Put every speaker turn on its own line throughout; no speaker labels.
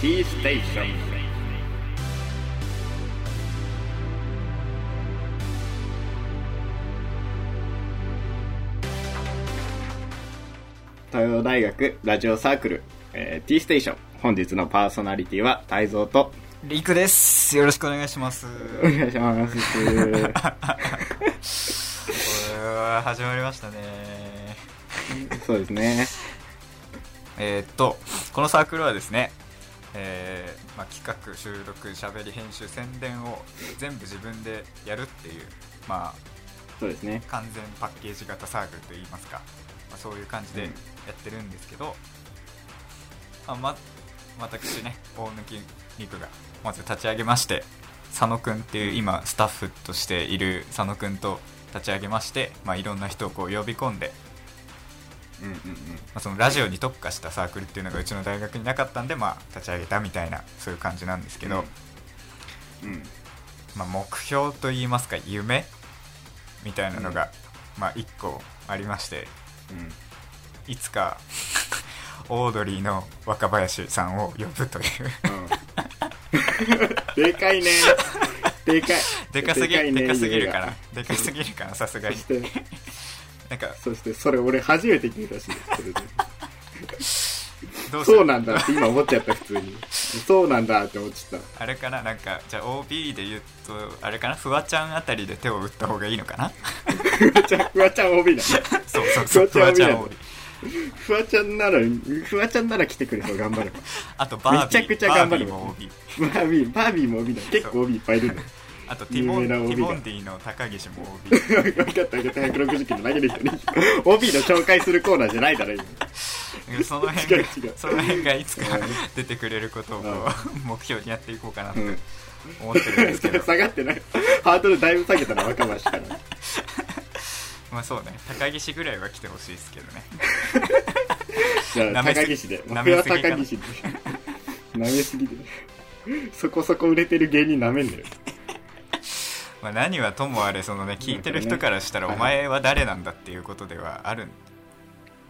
T Station東洋大学ラジオサークル、えー、T ステーション本日のパーソナリティは泰造と
りくですよろしくお願いします
お願いします
これは始まりましたね
そうですね
えーっとこのサークルはですねえーまあ、企画収録しゃべり編集宣伝を全部自分でやるっていう、ま
そうですね
あ、完全パッケージ型サークルといいますか、まあ、そういう感じでやってるんですけど、まあ、ま私ね大貫肉がまず立ち上げまして佐野くんっていう今スタッフとしている佐野くんと立ち上げまして、まあ、いろんな人をこう呼び込んで
うんうんうん
まあ、そのラジオに特化したサークルっていうのがうちの大学になかったんで、まあ、立ち上げたみたいなそういう感じなんですけど、
うん
まあ、目標といいますか夢みたいなのが、まあ、1個ありましていつか オードリーの若林さんを呼ぶ という
うん でかいねでかい
でかすぎる
ね
でかすぎるか
夢
ら
が
でかすぎるからさすが
そ
に
して
なんか
そしてそれ俺初めて聞いたしそれ で
どうする
そうなんだって今思っちゃった普通にそうなんだって思っちゃっ
あれかななんかじゃあ OB で言うとあれかなフワちゃんあたりで手を打った方がいいの かな
たフワちゃんフワちゃん OB だ
そうそうそうフ
フワ
ワ
ち
ち
ゃん
ゃん
は
OB
フワちゃんならフワちゃんなら来てくれそう頑張れば
あとバービー
めちゃくちゃ頑張る
バービーも OB
バービーバービーも OB だ結構 OB いっぱいいるの
あとティモン
有名
テ
な OB
ィモンディの高岸も OB
分かった分かった160キロ投げる人に OB の紹介するコーナーじゃないだろ今
その辺が
違う違う
その辺がいつか出てくれることをこう 目標にやっていこうかなって思ってるんですけど、
下がってないハードルだいぶ下げたな若林から
まあそうね高岸ぐらいは来てほしいですけどね
じゃあ
舐めす
高
ぎ
岸で
舐
僕
め
は
すぎかな
高岸で舐めすぎでそこそこ売れてる芸人舐めんなよ
まあ何はともあれそのね聞いてる人からしたら
はい
お前は誰なんだっていうことではある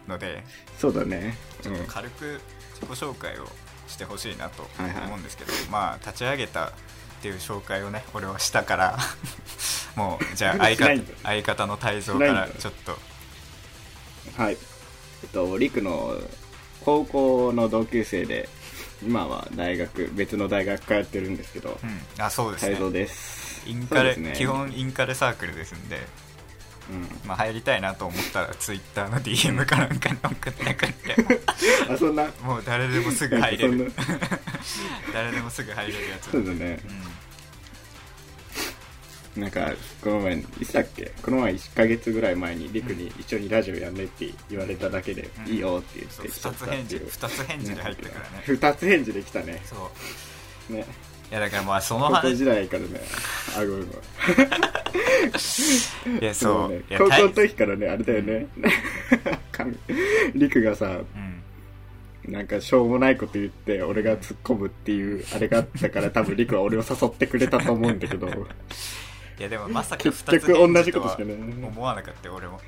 ので
そうだね
ちょっと軽く自己紹介をしてほしいなと
はいはい
思うんですけど、まあ立ち上げたっていう紹介をね俺はしたから もうじゃあ相
しな
方
いんだ
相方の泰造
し
か
ないん
ら
だ
ちょっと
はい。えっと、陸の高校の同級生で、今は大学、別の大学通ってるんですけど、
うんあそうです
泰
ね
造です。
インカレ、
そうですね
基、本インカレサークルですんで、
うん。
まあ、入りたいなと思ったらツイッターの DM かなんかに送ってなくって
あ、そんな、
もう誰でもすぐ入 れる誰でもすぐ入れるやつ、、
そううんだね。なんか、この前、いつだっけこの前1ヶ月ぐらい前に陸に一緒にラジオやんねって言われただけで、
うん
いいよって言っ
そう
て
2つ返事2つ返事で入ったからね
2つ返事できたね。
そう
ね。
いやだからまあその
高校時
話
代からね。あ、ごめんごめん。
いやそう
ね
いや
高校の
大
時からね、あれだよね。神。陸がさ、
うん
なんかしょうもないこと言って、俺が突っ込むっていう、あれがあったから、多分陸は俺を誘ってくれたと思 うんだけど、
いやでもまさか2
結
つ返
局
事
同じ
と
こと
は
しかね。
思わなかったよ俺も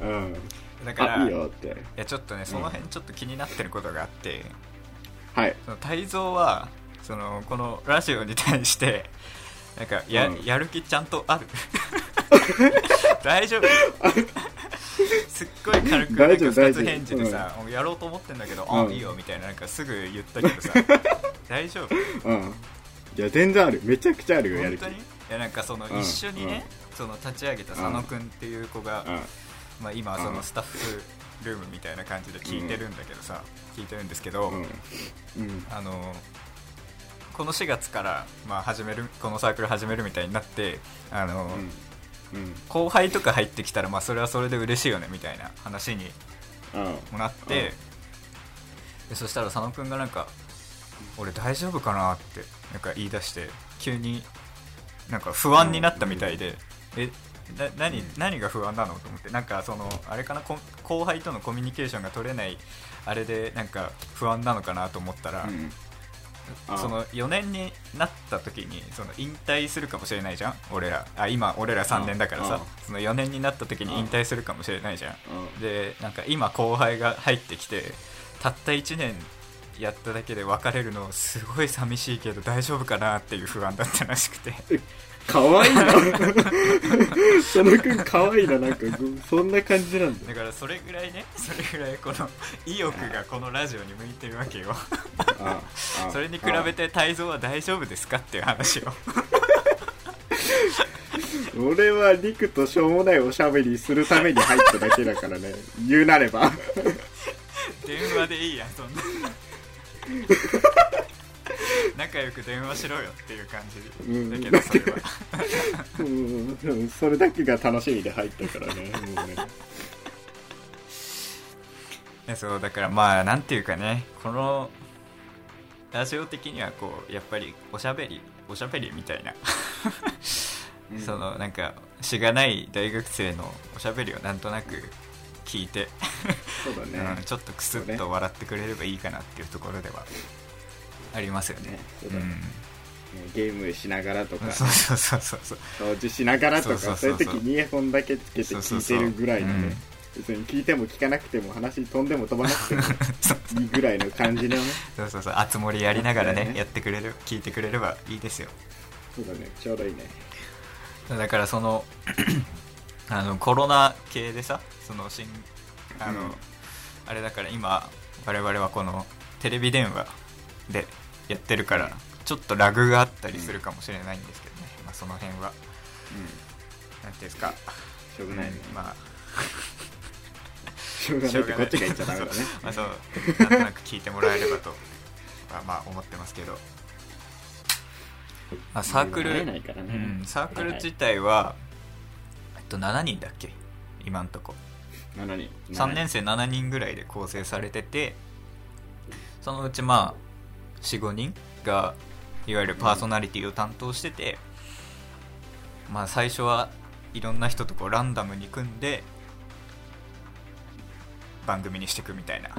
うん。
だから
あ、いいよって。
いやちょっとねその辺ちょっと気になってることがあって、
はい。
その泰造はそのこのラジオに対して なんかや,、
うん
やる気ちゃんと ある大丈夫すっごい軽くなんか
大丈夫
2
大丈
つ
夫
返事でさ、もうやろうと思ってんだけど、
うん
あいいよみたいななんかすぐ言ったけどさ 大丈夫
うん。いや、全然ある。めちゃくちゃあるよ、や
本
る気。
当
う
にいやなんかその
うん
一緒にね、その立ち上げた佐野くんっていう子が、
ん。
まあ、今はそうの
ん
スタッフルームみたいな感じで聞いてるんだけどさ、聞いてるんですけど、
うん。うん。
あのこの4月から、まあ、始めるこのサークル始めるみたいになってあの、
うん。うん。
後輩とか入ってきたら、まあ、それはそれで嬉しいよねみたいな話に
うん。
もなって、でそしたら佐野くんがなんか「俺大丈夫かな?」ってなんか言い出して急になんか不安になったみたいで「えな何何が不安なの?」と思ってなんかそのあれかなこ後輩とのコミュニケーションが取れないあれでなんか不安なのかなと思ったら。
うんあ
その4年になった時にその引退するかもしれないじゃん俺らあ今俺ら3年だから
う
さ
ん
その4年になった時に引退するかもしれないじゃん
うん
でなんか今後輩が入ってきてたった1年やっただけで別れるのすごい寂しいけど大丈夫かなっていう不安だったらしく て
かわいいな 佐野くんかわいいななんかそんな感じなんだ
だからそれぐらいねそれぐらいこの意欲がこのラジオに向いてるわけよ
ああ
それに比べて泰造は大丈夫ですかっていう話を
あ俺は陸としょうもないおしゃべりするために入っただけだからね言うなれば
電話でいいや そんな仲良く電話しろよっていう感
うん
じだけどそれは
うんうんそれだけが楽しみで入ったから ねもうね
いやそうだからまあなんていうかねこのラジオ的にはこうやっぱりおしゃべりおしゃべりみたいな、そのなんかしがない大学生のおしゃべりをなんとなく聞いて、
そうだね、
うんちょっとクスッと笑ってくれればいいかなっていうところではありますよね
ねそう
う
だねゲームしながらとか
ん、そうそうそうそうそう
掃除しながらとか
そ
そうう
そうそうそう
いう時にイヤホンだけつけて聞いてるぐらいのね別に聞いても聞かなくても話飛んでも飛ばなくてもいいぐらいの感じのね
そうそうそうあつ森やりながらね
そうだね
やってくれる聞いてくれればいいですよ
そうだねちょうどいいね
だからその あのコロナ系でさその新あの、
うん
あれだから今我々はこのテレビ電話でやってるからちょっとラグがあったりするかもしれないんですけどね、まあ、その辺はなんていうんですか、
しょうがないね、
うんまあ
しょうがないってこっちが言っちゃダメだね
まあそうなんとなく聞いてもらえればとはまあ思ってますけ ど、まあ、サークル
慣れないからね
うん、サーク
は
ル
い
自体は、えっと、7人だっけ今んとこ
7人
3年生7人ぐらいで構成されててそのうちまあ45人がいわゆるパーソナリティを担当してて、まあ最初はいろんな人とこうランダムに組んで番組にしていくみたいな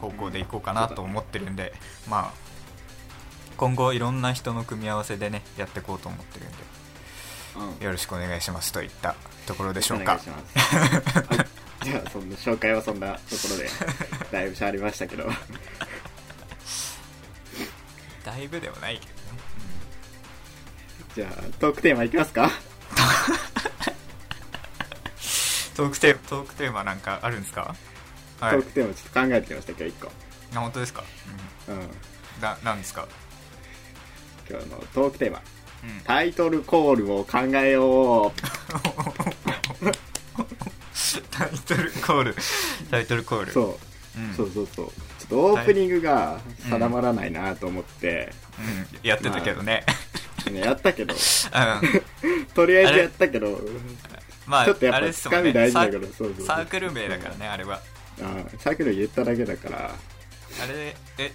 方向でいこうかなと思ってるんで、まあ今後いろんな人の組み合わせでねやっていこうと思ってるんで
うんよ
よろしくお願いしますといったところで
ろ
し
し
ょ
く
う
お
か
願いしますはい じゃあそんな紹介はそんなところでだいぶしゃありましたけど
だいぶでもないけどね、
じゃあトークテーマいきますか
トークテーマ、トークテーマなんかあるんですかはい
トーク。テーマちょっと考えてきましたけど1個、
あ本当ですか、
うん、
うん、な、なんですか
今日のトークテーマ
うん。
タイトルコールを考えよ
タイトルコール。タイトルコー
う
ル。。
そう
ん、
そうそうそうちょっとオープニングが定まらないなと思って、
うんやってたけどね。
ねやった けど
うん。
とりあえずやったけど
まあ、
ちょっとやっ
あ
ぱ
れ
つ
も
か
んね
み大事だ
サ
か
ー
らそうそう
サークル名だからね、あれは。
あサークル言っただけだから
あれで、え、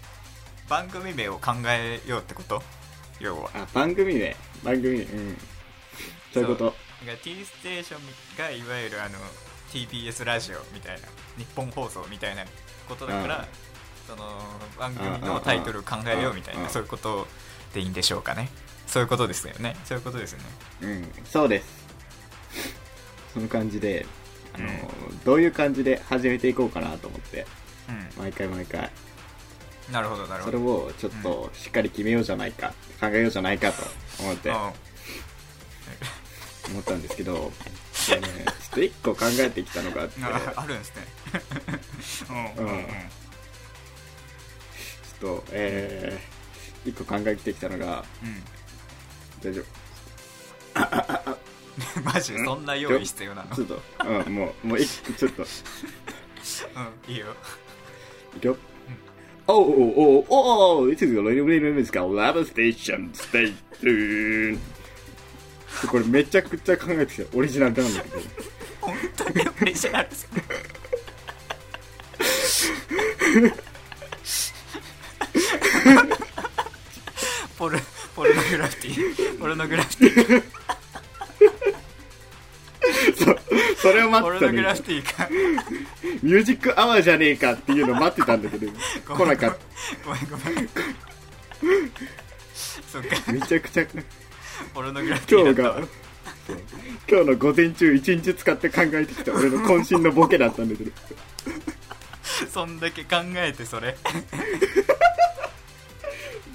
番組名を考えようってこと要は。
あ番組名番組名うんそういうこと
だから T ステーションがいわゆるあの TBS ラジオみたいな日本放送みたいなことだから、
うん
その番組のタイトルを考えようみたいな、
うんうん
そういうことでいいんでしょうかねそういうことですよねそういうことですよね
うんそうですその感じであの、どういう感じで始めていこうかなと思って毎回毎回
うんなるほどなる
それ
ほど
をちょっとしっかり決めようじゃないか考えようじゃないかと思って思ったんですけど、でね、 ちょっと一個考えてきたのがあって
うん
ちょ
あ
っ
あるんですね う
うん
んうんうん
とえー、一個考えてきたのが大丈
うんマジそんな用意必要なの
夫ちょっと、うん、もうもう一個ちょっと
うんいいよ
いくよおうおうおうおうおう This is a little bit of musical lab station stay tuned これめちゃくちゃ考えてきたオリジナルなんだけど
本当にオリジナルですねポルポルノグラフィティポルノグラフィティ
それを待
ポ
って
ル
た
ノ
の
グ
に
ラフィティか
ミュージックアワーじゃねえかっていうの待ってたんだけど来なかっ
ごめんごめんそっか
ためちゃくちゃ
ポルノグラフィテ
今
ィ
日
だっ
が今日の午前中一日使って考えてきた俺の渾身のボケだったんだけど
たわそんだけ考えてそれ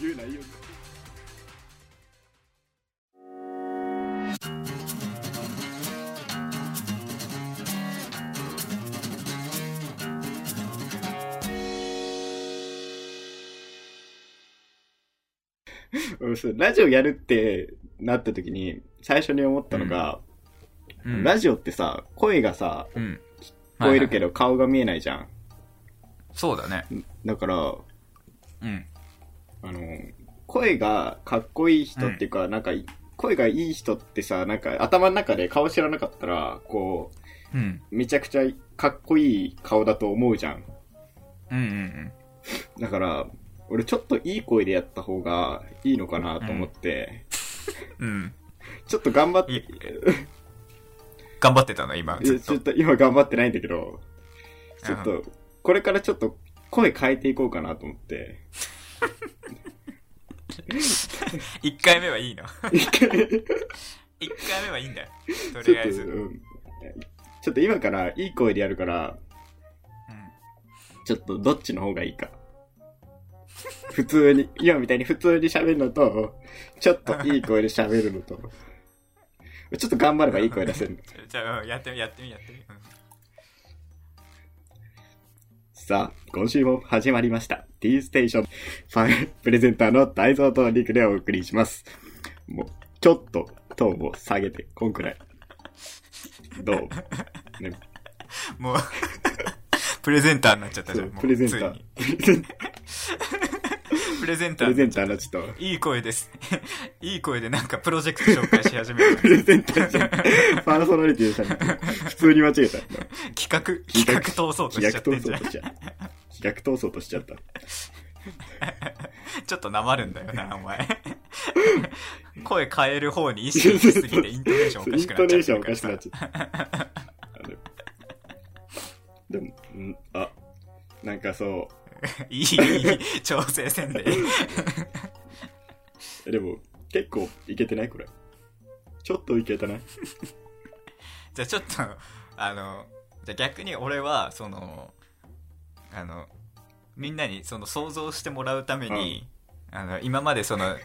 言うな言うな俺そうラジオやるってなった時に最初に思ったのが、
うん
ラジオってさ声がさ
うん
聞こえる
ど
けど顔が見えないじゃん、
そうだね
だから
うん
あの、声がかっこいい人っていうか、なんか、声がいい人ってさ、なんか頭の中で顔知らなかったら、こ
うん
う、めちゃくちゃかっこいい顔だと思うじゃん。
うんうん
だから、俺ちょっといい声でやった方がいいのかなと思って、
うんうん
ちょっと頑張って、
いい頑張ってたの今
い
ず
や
っ
ちょっ
と
と今頑張ってないんだけど、ちょっ
う
と、これからちょっと声変えていこうかなと思って、
1回目はいい の
一回
1回目はいいんだよと
ちょ
り
っ
あ
と、
え
う
ず
ん、ちょっと今からいい声でやるから、ちょっとどっちの方がいいか。普通に、今みたいに普通に喋るのと、ちょっといい声で喋るのと、ちょっと頑張ればいい声出せるの。
うんじゃあうんやってみやってみやってみうん
さあ、今週も始まりました。T ステーション、ファンプレゼンターの大蔵と陸でお送りします。もう、ちょっと、トーンを下げて、こんくらい。どうね、
もう プレゼンターになっちゃったじ
そ
ゃん
う
もう
プレゼンタ
つい
ー
に。
プレゼン
プレゼン
プ
タ
レゼ
ー
ンターのちょっと、
いい声です いい声でなんかプロジェクト紹介し始める
プレゼンターじゃん。パーソナリティでしたね。普通に間違えた。
企画企画通そうと
飛
しちゃ
躍闘
ってんじ
争
ゃん
としちゃった。飛躍闘争としちゃった。
ちょっとなまるんだ よな、お前。 声変える方に意識しすぎてイントネーションおか
イン
しく
ト
なっ
ネーシ
ちゃって
ョン
る
お
か
からしくな
さ
っ。ちゃった。あのでも、んあ、なんかそ
いい、いい、調整せんで。
う、でも、結構いけてないこれ。ちょっといけてない
じゃあちょっと、あの、じゃあ逆に俺は、その、あの、みんなにその想像してもらうために、あの、今までその、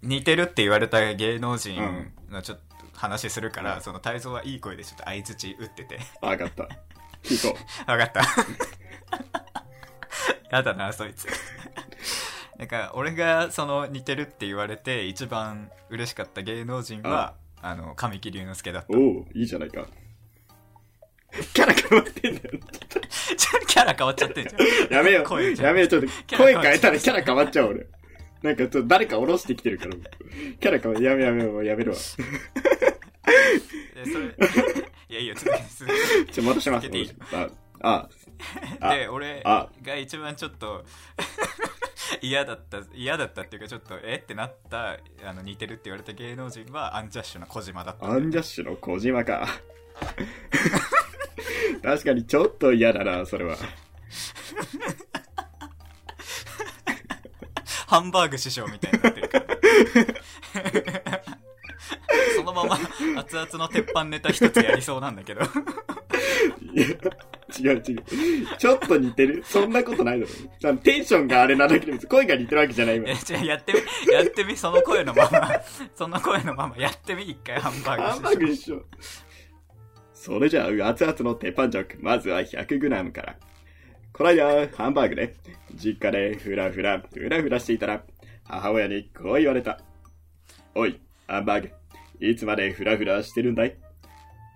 似てるって言われた芸能人のちょっと話するから、
うん
その泰造はいい声でちょっと相槌打って て。
あ、わかった。聞こ
わかった。 やだな、そいつ。 なんか、俺がその似てるって言われて一番嬉しかった芸能人は、あの、神木隆之介だった。
う。おう、いいじゃないか。キャラ変わってんだよ。
ちょキャラ変わっちゃってんじゃん。
やめよ
声
う。
じゃん
やめよう。ちょっと、
キャラ
声
変わっちゃう
変えたらキャラ変わっちゃう俺。なんかちょっと誰か下ろしてきてるから。 キャラ変わやめやめよう、やめるわ。ち
でそ れいやいや、続けて続けて
ょ、戻します。
続けていい
あ、あ、あ
で、俺
あ
が一番ちょっと 嫌だった、嫌だったっていうか、ちょっと、えってなった、あの、似てるって言われた芸能人は、アンジャッシュの小島だった。
アンジャッシュの小島か。 確かにちょっと嫌だな、それは。
ハンバーグ師匠みたいになってるから。 そのまま熱々の鉄板ネタ一つやりそうなんだ けど。
いや違う違う。ちょっと似てるそんなことないだろ。あのテンションがあれなだけで別に声が似てるわけじゃない今
え、。違う、やってみ、やってみ、その声のまま、その声のままやってみ、一回ハンバーグ
ハ
師
ン
匠
バーグ一緒。それじゃあ、熱々の鉄板ジョーク。まずは 100g から。この間、ハンバーグね。実家でふらふら、ふらふらしていたら、母親にこう言われた。おい、ハンバーグ。いつまでふらふらしてるんだい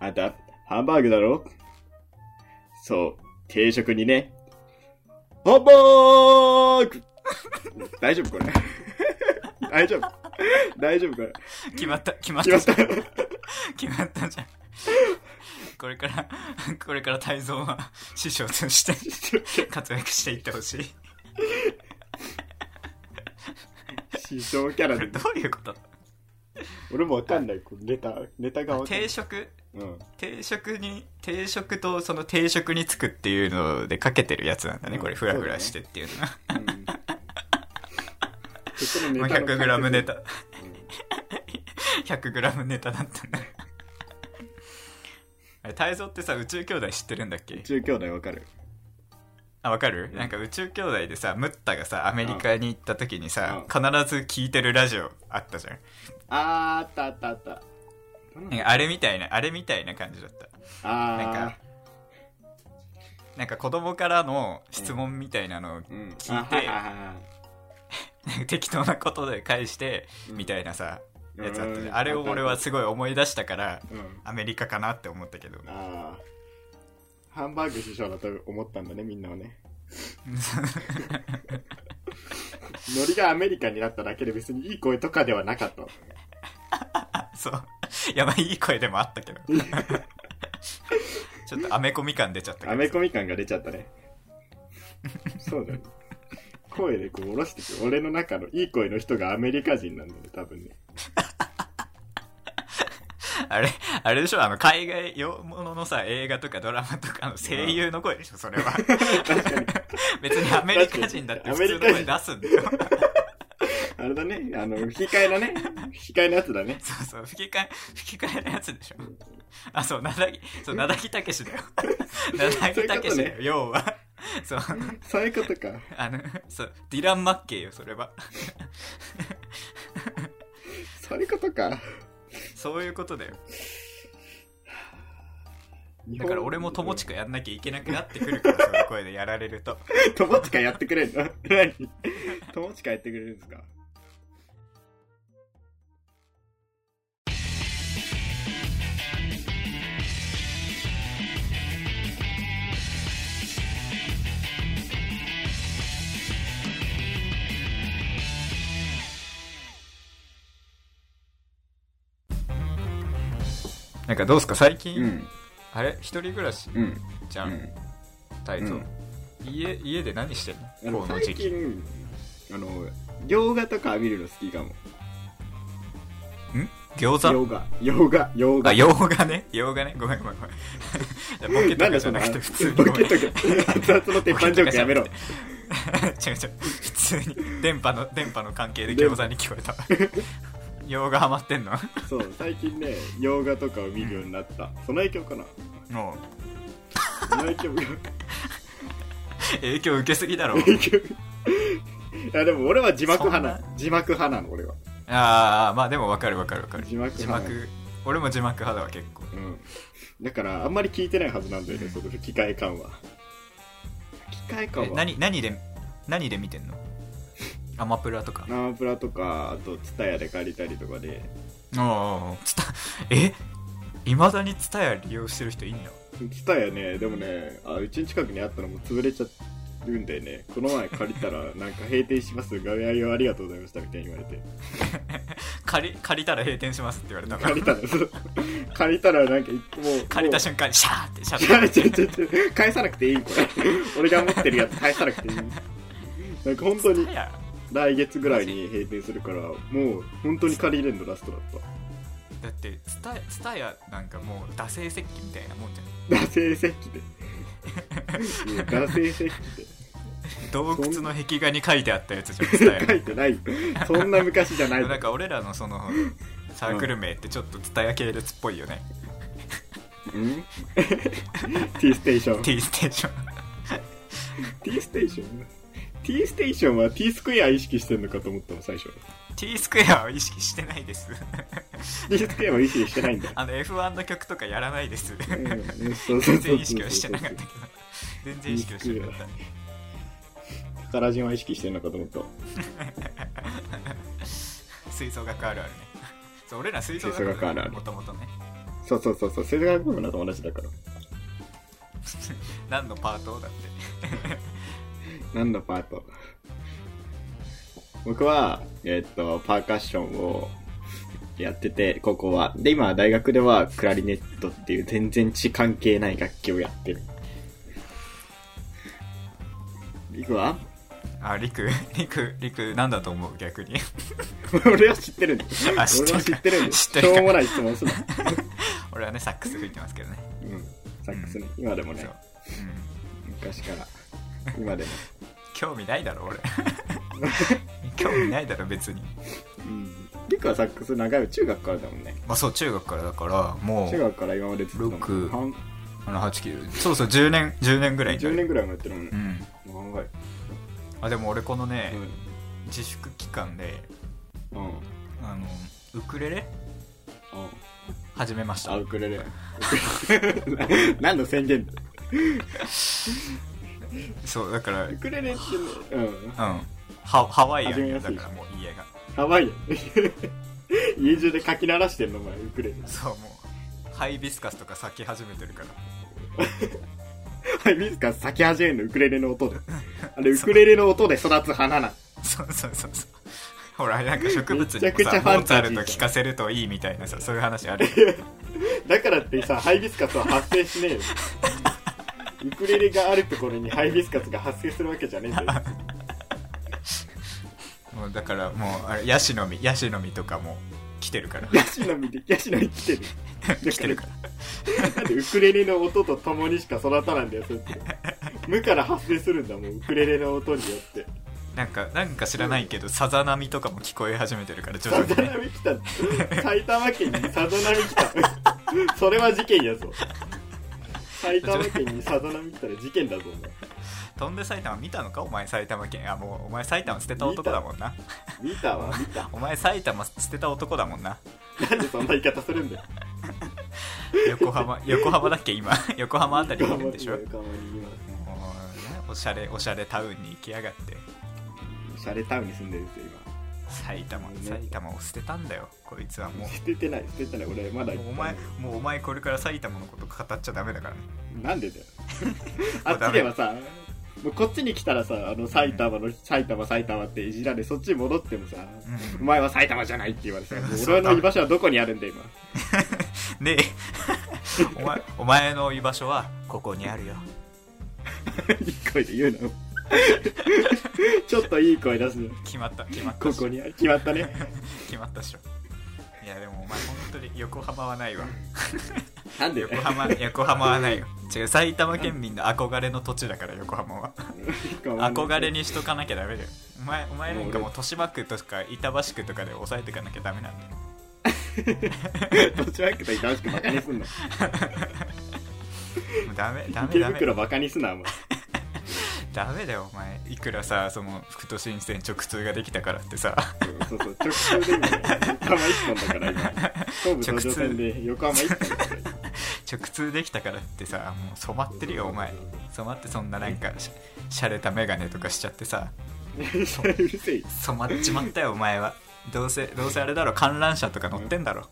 あんた、ハンバーグだろそう、定食にね。ハンバーグ 大丈夫これ。 大丈夫。 大丈夫これ。
決まった、決まっ
来ま
た
し
じゃん。
た。
決まったじゃん。これから、これから泰造は師匠として活躍していってほしい。
師匠キャラ
これ
で
どういうこと
俺もわかんないこうネタネタがわかん な
定
い、
食
うん、
定食に定食とその定食につくっていうのでかけてるやつなんだね、
うん
これフラフラしてっていうのは、
うん、
100g ネタ
うん
100g ネタだったんだあれ泰造ってさ宇宙兄弟知ってるんだっけ
中兄弟わかる
あわかる、
うん
なんか宇宙兄弟でさムッタがさアメリカに行った時にさ、必ず聞いてるラジオあったじゃん
あーあったあったあった
なんかあれみたいなあれみたいな感じだった
あー
なんかなんか子供からの質問みたいなのを
うん、
聞いて
あはいはいはいはい
適当なことで返して
うん
みたいなさ、
うん
やつあったじゃ
うん
んあれを俺はすごい思い出したから
うん
アメリカかなって思ったけど
あーハンバーグ師匠だと思ったんだねみんなは ねノリがアメリカになっただけで別にいい声とかではなかった
そう いやまあいい声でもあった けどちょっとアメコミ感出ちゃったけど
アメコミ感が出ちゃった ねそうだね声でこう下ろしてくる俺の中のいい声の人がアメリカ人なんだね多分ね
あれ、あれでしょあの、海外用物のさ、映画とかドラマとかの声優の声でしょそれは。 別にアメリカ人だって普通の声出すんだよ。
あれだねあの吹き替えだね吹き替えのやつだね
そうそう、吹き替え、吹き替えのやつでしょあ、そう、なだぎ、そう、なだぎた けしだよ。なだぎたけしだよ、要は。そう、
そういうことか
あの、そう、ディラン・マッケイよ、それは。
そういうことか
そういうことだよ。
日
だ
本
から俺も友近やんなきゃいけなくなってくるから、そういう声でやられると。
友近やってくれるの 何友近やってくれるんですか
なんかどうすか、最近、
うん
あれ、一人暮らし
うん
じゃん、タイト、
うん
家、家で何してん
あ
の
の
この
最
時期。
近あの洋画とか見るの好きかも
ん餃子
洋画洋画洋画
あ、洋画ね。洋画ね。ごめんごめ んごめん。じゃボ
な
ケと
んで
かじ
そ
ゃ
んな
なくて普通に
ボ
ごめん。
ケ とけ熱々の鉄板ジョークやめろ
ボケとかじゃなくて違う違う。普通に電波の、電波の関係で餃子に聞こ えた。洋画ハマってんの
そう最近ね洋画とかを見るようになったその影響かな
もう、
その影響が
影響受けすぎだろ。
影響がいやでも俺は字幕派な
そん
字幕派なの俺は
ああ、まあでもわかるわかるわかる。
字幕
字
派
幕、俺も字幕派だわ、結構。
うんだからあんまり聞いてないはずなんだよねその吹き替え感は吹き替え感
え
は
何、何で、何で見てんのアマプラとか。
ナープラとかあとツタヤで借りたりとかで
ああ、つた、えいまだにツタヤ利用してる人いんの
ツタヤねでもねあうちの近くにあったのも潰れちゃうんだよねこの前借りた らなんか閉店しますご愛用ありがとうございましたみたいに言われて
借り借りたら閉店しますって言われた
借りたの借りたらなんか一個もう
借りた
し
瞬間にシャーってシャ
違う
ーって
違う違う違う返さなくていいこれ俺が持ってるやつ返さなくていいなんか本当に
いや
来月ぐらいに閉店するからもう本当に借り入れるのラストだっ
だってツタツタヤなんかもう惰性石器みたいなもんじゃん
た惰性石器でいや惰性石器で
洞窟の壁画に書いてあったやつじゃんツタヤ
書いてないそんな昔じゃない
なんか俺らのそのサークル名ってちょっとツタヤ系列っぽいよね、
ん T ステーション
T ステーション
T ステーション T ステーションは T スクエア意識してんのかと思ったの最初
T スクエアは意識してないです
T スクエアは意識してない んだ
あの F1 の曲とかやらないです
うんそうそうそうそう
全然意識はしてなかったけど 全然意識はしてなかった
宝島は意識してんのかと思った
吹奏楽あるあるね そう俺ら吹奏楽
吹奏楽あるある
もともとね
そうそうそうそう世界学部の友達だから
何のパートだって
何のパート僕は、えっとパーカッションをやっててここはで今大学ではクラリネットっていう全然血関係ない楽器をやってるいくわ
あリクリクリクなんだと思う逆に
俺は知ってるんだ
あ知って
俺は
る
知ってるんだ
知って
し
る
ょ
か
うもない質問すな
俺はねサックス吹いてますけどね
うんサックスね今でもね
そう、うん、
昔から今でも
興味ない だろ俺興味ないだろ別に
うんリクはサックス長いよ中学からだもんね
まあそう中学からだからも
中学から今までずっと
六
半
あの8キロそうそう10年10年ぐらいにな
10
る
年ぐらいもやってるもんね
う。ん
長い。
あでも俺このね、自粛期間で
うん。うん。
あのウクレレ
うん
始めました
あ、ウクレレ。 何の宣言
そうだからう
ウ
ん
クレレってね、うん。
ハハワイアンや
始め
だ
やすい
からもう家が
ハワイアン家中でかき鳴らしてんの、お前、ウクレレ。
そうもうハイビスカスとか咲き始めてるから
はい、自ら咲き始めるの、ウクレレの音で。あれ、ウクレレの音で育つ花な
そうそうそうそうほらなんか植物
め
に
ちゃくち
も
ゃ
さ
フ
モ
ァ
ー
ン
ツ
タ
ァ
ジー
ル
じゃ
ト
ん
聴かせるといいみたいなさそういう話ある
だからってさ、ハイビスカスは発生しねえよ。ウクレレがあるところにハイビスカスが発生するわけじゃねえん だよ。
もうだからもうあれヤシの実ヤシの実とかも来て るから
ヤシの実で、ヤシの実来てる。
来てるから
なんでウクレレの音と共にしか育たないんだよ、それって。無から発生するんだもん、ウクレレの音によって。
なんかなんか知らないけどさざ波とかも聞こえ始めてるから徐
さ
々
ざ
にね
波来た。埼玉県にさざ波来た。それは事件やぞ。埼玉県にさざ波来たら事件だぞ、
飛んで埼玉見たのかお前埼玉県あもうお前埼玉捨てた男だもんな
お前。見たわ、見た。
お前埼玉捨てた男だもんな
なんでそんな言い方するんだよ。
横浜横浜だっけ今 横浜あたりにいるんでしょも
横浜にいま
うねおしゃれおしゃれタウンに行きやがって
す。シャレタウンに住んでるんですよ、
埼玉
ね
埼玉を捨てたんだよこいつはも
今。捨ててない、捨ててない。俺、まだ
うもうお前もうお前これから埼玉のこと語っちゃダメだからね
なん でだよ。あっちではさ、もうこっちに来たらさ、あの、埼玉の、埼玉、埼玉っていじられ、そっちに戻ってもさ、
う
お
ん
前は埼玉じゃないって言われてさ、もう
そう
俺の居場所はどこにあるんだよ、今。
でお前お前の居場所はここにあるよ
いい声で言うの ちょっといい声出すの
決まった決まった
こ
っしょ
こにあ決まったね
決まったっしょいやでもお前本当に横浜はないわ
なんで
横浜横浜はないよ違う埼玉県民の憧れの土地だから横浜は憧れにしとかなきゃダメだよお前お前なんかもう豊島区とか板橋区とかで抑えていかなきゃダメなんだよ
どちらかと楽しくバカにすん な
もうダメダメ
池
ダメ
袋バカにすなお前
ダメだよお前いくらさその副都心線直通ができたからってさ
そうそう直通で今横浜一本だから今東武東上線で横浜一本 だから今
直通できたからってさもう染まってるよお前染まってそんななんかししゃれた眼鏡とかしちゃってさ
うるせえよ
染まっちまったよお前はどうせどうせあれだろ観覧車とか乗ってんだろ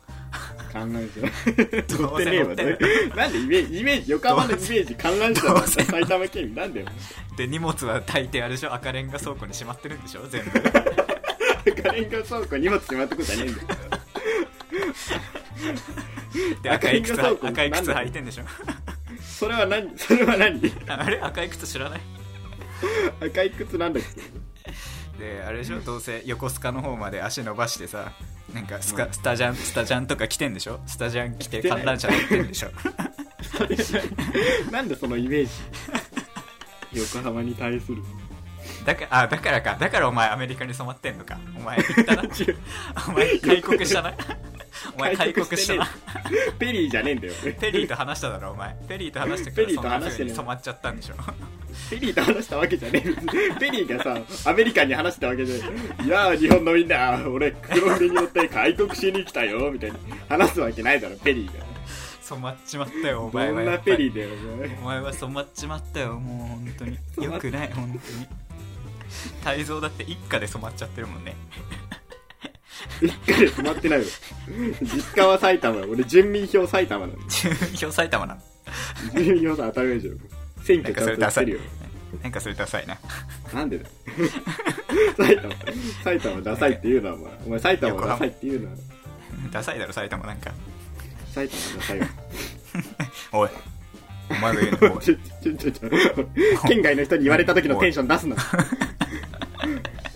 観覧車 乗ってねえわ
どうせ乗って
なんでイメージイメージ横浜のイメージ観覧車だった埼玉県民なんだよ
で荷物は大抵あれでしょ赤レンガ倉庫にしまってるんでしょ全部
赤レンガ倉庫に荷物しまったことはねえんだよ
で赤い靴
赤レンガ倉庫
赤い靴履いてんでしょ
それは何それは何
あれ赤い靴知らない
赤い靴なんだっけ
であれでしょどうせ横須賀の方まで足伸ばしてさなんかスカ、スタジャンスタジャンとか着てんでしょスタジャン着て
てない
観覧車乗ってんでしょ
なんでそのイメージ横浜に対する
だからあだからかだからお前アメリカに染まってんのかお前 行ったなお前開国したなお前開国したな
ペリーじゃねえんだよ
ペリーと話しただろお前ペリーと話したか
ペ
ら
リー
そん
と
な
話して
風
ね
に染まっちゃったんでしょ
ペリーと話したわけじゃねえペリーがさアメリカンに話したわけじゃないいやー日本のみんな俺黒船に乗って開国しに来たよみたいに話すわけないだろペリーが
染まっちまったよお前
ど
は
ん
や
な
っぱり
ペリーだよお前
お前は染まっちまったよもう本当に
染ま
よ
っ
くない本 当に泰造だって一家で染まっちゃってるもんね
一回 で止まってないよ実家は埼玉俺住民票埼玉な の
住民票埼玉なの
住民票さ当たり前じゃん選
なん
挙
か
ちゃ
そ
んと
れ
や
ダ
っ
サ
てる
い
よ
なんかそれダサいな
なんでだよ埼玉埼玉ダサいって言うなお前お前埼玉ダサいって言うな
ダサいだろ埼玉なんか
埼玉ダサいわ
おいお前が言うのお い
ちょちょちょちょ 県外の人に言われた時のテンション出すな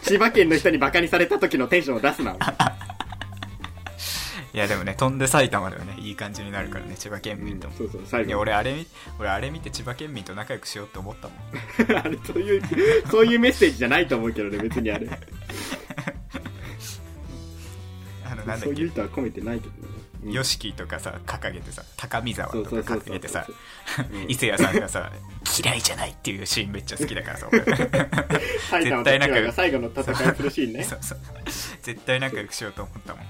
千葉県の人にバカにされた時のテンションを出すなお前
いやでもね飛んで埼玉ではねいい感じになるからね千葉県民とも
そうそう最
いや
後
俺あれ見俺あれ見て千葉県民と仲良くしようって思ったも ん
あれそういうそういうメッセージじゃないと思うけどね別にあれ
あのなんだ
そうい
っ
う
け
意図は込めてないけどねうん
ヨシキとかさ掲げてさ高見沢とか
そうそうそうそう
掲げてさ
うん
伊勢谷さんがさ嫌いじゃないっていうシーンめっちゃ好きだから さ俺
埼玉と千葉が最後の戦いするシー ンね
そうそう絶対仲良くしようと思ったもん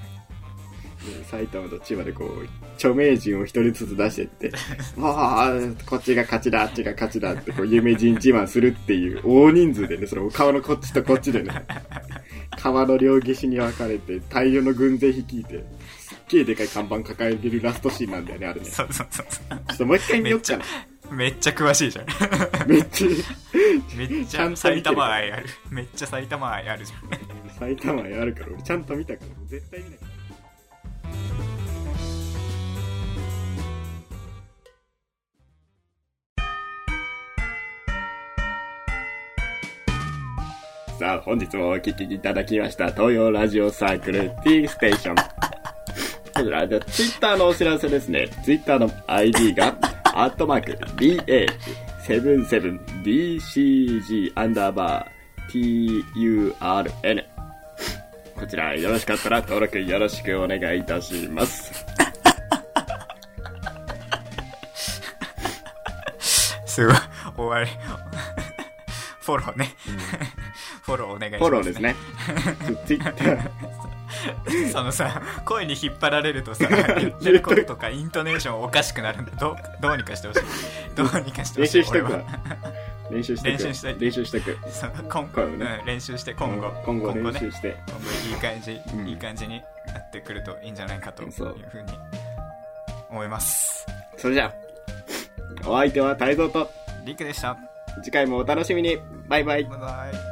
うん埼玉と千葉でこう著名人を一人ずつ出して って「ああこっちが勝ちだあっちが勝ちだ」ってこう有名人自慢するっていう大人数でねそれを川のこっちとこっち でね川の両岸に分かれて大量の軍勢率いてすっげえでかい看板抱えてるラストシーンなんだよねあれねちょ
そうそうそう そ
っともう一回見よっかな
うめっちゃ詳しいじゃん
めっちゃ
めっち
ちゃんと
ゃ
見てる
埼玉愛あるめっちゃ埼玉愛あるじゃ ん
埼玉にあるから俺ちゃんと見たから絶対見ないさあ本日もお聞きいただきました東洋ラジオサークル T ステーションこちらでツイッターのお知らせですねツイッターの ID がアットマーク BA77DCG アンダーバー TURN こちらよろしかったら登録よろしくお願いいたします
すごい終わりフォローね、フォローお願いします、
フォローですねツイッタ ー
そのさ声に引っ張られる とさ言ってることとかイントネーションおかしくなるんだどうどうにかしてほしいどうにかしてほ
練
しい
習しと
俺
く
は
わ練習しとく
練習しといて
練習しとく
そう今
こ
後、
うね
うん練習して今後
今後
今後
練
ね
習して、
今後いい感じ、
ん
いい感じになってくるといいんじゃないかというふ
そうう
に思います
それじゃあお相手は泰造と
リクでした
次回もお楽しみにバイバイ
バイバイ